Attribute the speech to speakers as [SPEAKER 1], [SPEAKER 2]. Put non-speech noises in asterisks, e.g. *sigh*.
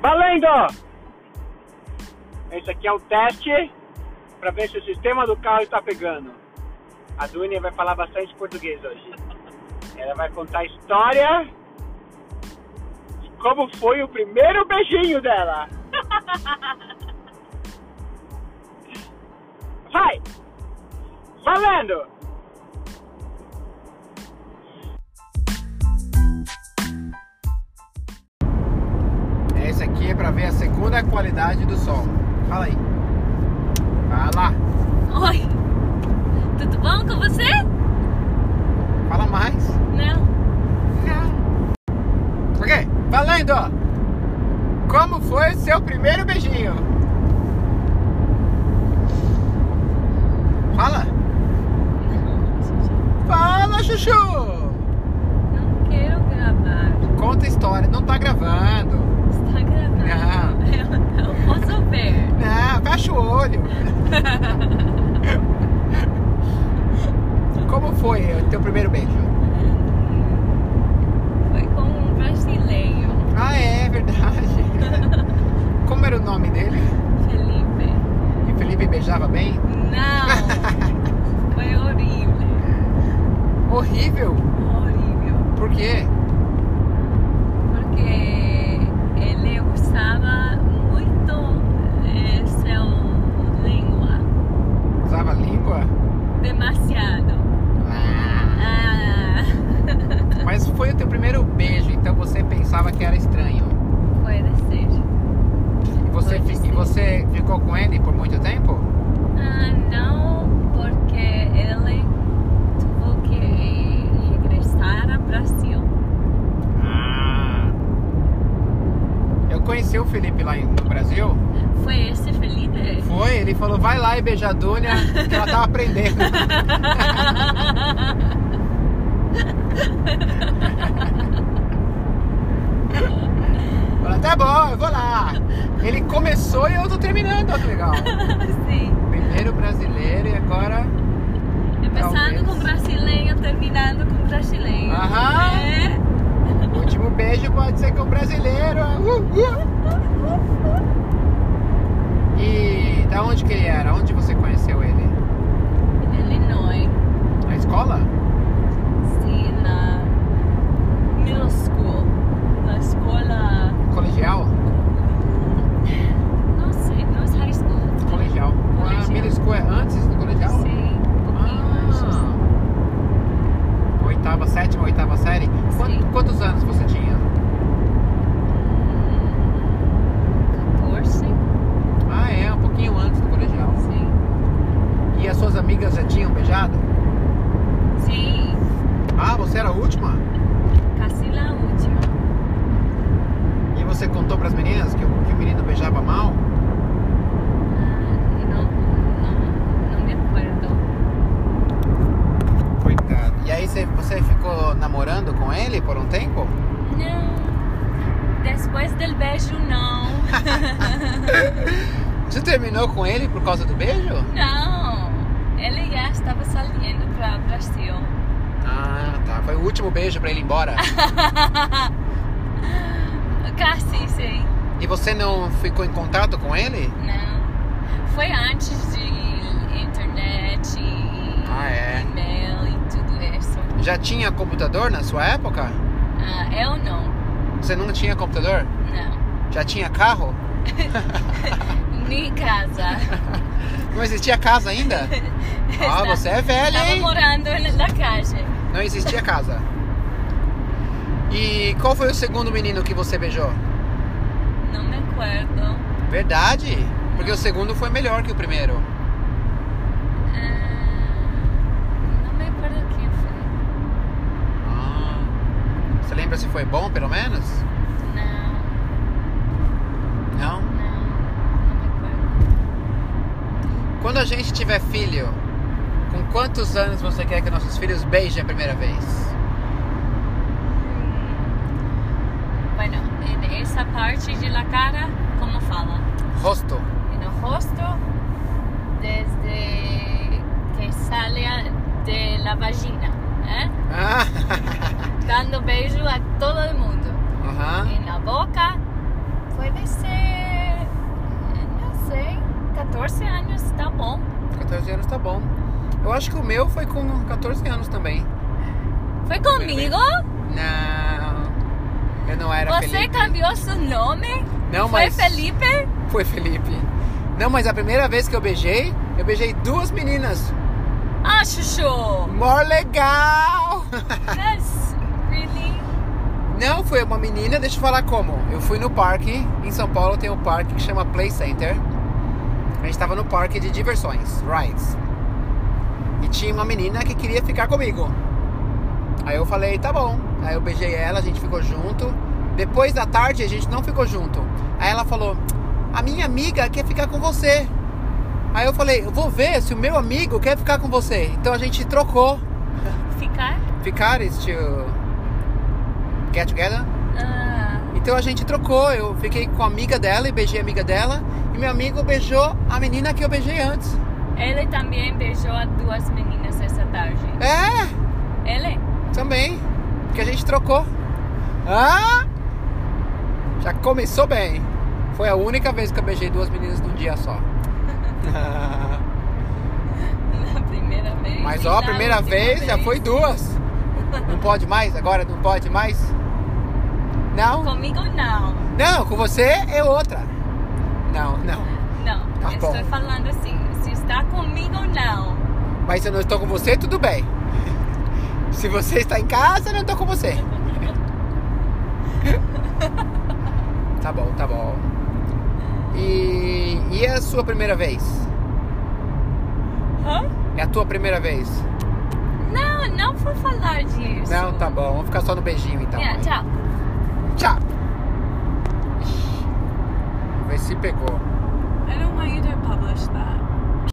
[SPEAKER 1] Valendo! Esse aqui é um teste para ver se o sistema do carro está pegando. A Dunia vai falar bastante português hoje. Ela vai contar a história de como foi o primeiro beijinho dela. Vai! Valendo!
[SPEAKER 2] Esse aqui é pra ver a segunda qualidade do som. Fala aí. Fala.
[SPEAKER 3] Oi, tudo bom com você?
[SPEAKER 2] Fala mais.
[SPEAKER 3] Não.
[SPEAKER 2] Ok. Valendo. Como foi seu primeiro beijinho? Fala.
[SPEAKER 3] Não,
[SPEAKER 2] Fala, Chuchu.
[SPEAKER 3] não quero gravar.
[SPEAKER 2] Conta a história. Não tá gravando.
[SPEAKER 3] Está gravando. *laughs* Eu não posso ver.
[SPEAKER 2] Não, fecha o olho. Como foi o teu primeiro beijo?
[SPEAKER 3] Foi com um brasileiro,
[SPEAKER 2] Ah, é verdade. Como era o nome dele?
[SPEAKER 3] Felipe.
[SPEAKER 2] E o Felipe beijava bem?
[SPEAKER 3] Não, foi horrível.
[SPEAKER 2] Horrível.
[SPEAKER 3] Horrível.
[SPEAKER 2] Por quê?
[SPEAKER 3] Porque ele usava muito eh, seu língua.
[SPEAKER 2] Usava língua?
[SPEAKER 3] Demasiado.
[SPEAKER 2] Ah.
[SPEAKER 3] Ah,
[SPEAKER 2] Mas foi o teu primeiro beijo, então você pensava que era estranho.
[SPEAKER 3] pode ser.
[SPEAKER 2] E você,
[SPEAKER 3] Pode
[SPEAKER 2] fi-
[SPEAKER 3] ser.
[SPEAKER 2] e você ficou com ele por muito tempo?
[SPEAKER 3] Ah, não, porque ele tuvo que regressar ao Brasil.
[SPEAKER 2] Ah. Eu conheci o Felipe lá em- no Brasil.
[SPEAKER 3] Foi
[SPEAKER 2] *laughs*
[SPEAKER 3] esse Felipe?
[SPEAKER 2] Foi, ele falou, vai lá e beija a Dunia, que ela tava
[SPEAKER 3] *laughs*
[SPEAKER 2] aprendendo. Falou, tá bom, eu vou lá. Ele começou e eu tô terminando, olha que legal.
[SPEAKER 3] Sim.
[SPEAKER 2] Primeiro brasileiro e agora...
[SPEAKER 3] Começando
[SPEAKER 2] Talvez.
[SPEAKER 3] com brasileiro, terminando com brasileiro.
[SPEAKER 2] Aham.
[SPEAKER 3] É.
[SPEAKER 2] O último beijo pode ser com o brasileiro. Uh, uh. E da onde que ele era? Onde você conheceu ele?
[SPEAKER 3] Illinois.
[SPEAKER 2] Na escola?
[SPEAKER 3] Sim, na middle school. Na escola.
[SPEAKER 2] Colegial?
[SPEAKER 3] Não sei, não é high school.
[SPEAKER 2] Colegial. A
[SPEAKER 3] Colegial.
[SPEAKER 2] middle school é antes do colegial?
[SPEAKER 3] Sim, um pouquinho antes.
[SPEAKER 2] Ah. Oitava, sétima, oitava série. Quan-
[SPEAKER 3] Sim.
[SPEAKER 2] quantos anos você tinha?
[SPEAKER 3] Mm, 14?
[SPEAKER 2] Ah, é, um pouquinho antes do colegial.
[SPEAKER 3] Sim.
[SPEAKER 2] E as suas amigas já tinham beijado?
[SPEAKER 3] Sim,
[SPEAKER 2] Ah, você era a última?
[SPEAKER 3] casi la última.
[SPEAKER 2] E você contou pras meninas que o, que o menino beijava mal?
[SPEAKER 3] Ah, No, no, no me acuerdo.
[SPEAKER 2] Coitado. E aí você, você ficou namorando com ele por um tempo?
[SPEAKER 3] No. Después del beijo, *laughs* não.
[SPEAKER 2] Você terminou com ele por causa do beijo?
[SPEAKER 3] não. Ele já estava saindo para *laughs* Brasil.
[SPEAKER 2] Ah, tá. Foi o último beijo pra ele ir embora.
[SPEAKER 3] Casi, sim.
[SPEAKER 2] e você não ficou em contato com ele?
[SPEAKER 3] Não. Foi antes de internet e
[SPEAKER 2] Ah, é.
[SPEAKER 3] e-mail e tudo isso.
[SPEAKER 2] Já tinha computador na sua época?
[SPEAKER 3] Ah, eu não.
[SPEAKER 2] Você não tinha computador?
[SPEAKER 3] Não.
[SPEAKER 2] Já tinha carro?
[SPEAKER 3] Nem casa.
[SPEAKER 2] Não existia casa ainda?
[SPEAKER 3] *laughs*
[SPEAKER 2] Ah,
[SPEAKER 3] Está-
[SPEAKER 2] você é velha,
[SPEAKER 3] Estava
[SPEAKER 2] hein?
[SPEAKER 3] morando na casa.
[SPEAKER 2] Não existia casa. E qual foi o segundo menino que você beijou?
[SPEAKER 3] Não me acuerdo.
[SPEAKER 2] Verdade? Porque o segundo foi melhor que o primeiro.
[SPEAKER 3] Ah, não me acuerdo quem foi.
[SPEAKER 2] Ah. Você lembra se foi bom, pelo menos?
[SPEAKER 3] Não,
[SPEAKER 2] Não.
[SPEAKER 3] não, não me acuerdo.
[SPEAKER 2] Quando a gente tiver filho, com quantos anos você quer que nossos filhos beijem a primeira vez?
[SPEAKER 3] Bueno, en esa parte de la cara, como fala?
[SPEAKER 2] Rosto.
[SPEAKER 3] En el rostro, desde que sale a- de la vagina, ¿eh?
[SPEAKER 2] Ah.
[SPEAKER 3] Dando beijo a todo el mundo.
[SPEAKER 2] *laughs* Aham.
[SPEAKER 3] En la boca, fue Pode ser. Não sei. 14 anos, tá bom.
[SPEAKER 2] 14 anos tá bom. Eu acho que o meu foi com 14 anos também.
[SPEAKER 3] Foi comigo?
[SPEAKER 2] Não. Eu não era
[SPEAKER 3] Você
[SPEAKER 2] Felipe.
[SPEAKER 3] cambiou seu nome?
[SPEAKER 2] Não,
[SPEAKER 3] Foi
[SPEAKER 2] mas-
[SPEAKER 3] Felipe?
[SPEAKER 2] Foi Felipe. Não, mas a primeira vez que eu beijei, eu beijei duas meninas. *laughs*
[SPEAKER 3] Ah, Chuchu!
[SPEAKER 2] Mó legal!
[SPEAKER 3] Yes, really?
[SPEAKER 2] Não, foi uma menina, deixa eu falar como. Eu fui no parque, em São Paulo tem um parque que chama Play Center. A gente tava no parque de diversões, rides. E tinha uma menina que queria ficar comigo. Aí eu falei, tá bom. Aí eu beijei ela, a gente ficou junto. Depois da tarde a gente não ficou junto. Aí ela falou, a minha amiga quer ficar com você. Aí eu falei, eu vou ver se o meu amigo quer ficar com você. Então a gente trocou.
[SPEAKER 3] Ficar?
[SPEAKER 2] Ficar to get together.
[SPEAKER 3] Ah,
[SPEAKER 2] Então a gente trocou, eu fiquei com a amiga dela e beijei a amiga dela, e meu amigo beijou a menina que eu beijei antes.
[SPEAKER 3] ele também beijou a duas meninas essa tarde.
[SPEAKER 2] É,
[SPEAKER 3] Ele? *laughs*
[SPEAKER 2] também, porque a gente trocou. Ah! Já começou bem. Foi a única vez que eu beijei duas meninas num dia só.
[SPEAKER 3] Na primeira vez.
[SPEAKER 2] Mas
[SPEAKER 3] e
[SPEAKER 2] ó, a
[SPEAKER 3] na
[SPEAKER 2] primeira
[SPEAKER 3] última
[SPEAKER 2] vez já
[SPEAKER 3] *laughs*
[SPEAKER 2] foi um duas. Não pode mais agora, não pode mais. Não?
[SPEAKER 3] Comigo não.
[SPEAKER 2] Não, com você é outra. Não, não.
[SPEAKER 3] Não,
[SPEAKER 2] Tá
[SPEAKER 3] estou
[SPEAKER 2] bom.
[SPEAKER 3] falando assim. Se está comigo, não.
[SPEAKER 2] Mas se eu não estou com você, tudo bem. Se você está em casa, eu não estou com você. tá bom, tá bom. E, e é a sua primeira vez?
[SPEAKER 3] Hã?
[SPEAKER 2] É a tua primeira vez?
[SPEAKER 3] Não, não vou falar disso.
[SPEAKER 2] Não, tá bom. Vamos ficar só no beijinho então.
[SPEAKER 3] Yeah, tchau.
[SPEAKER 2] Tchau. Ixi, Vê se pegou.
[SPEAKER 3] I don't want you to publish that.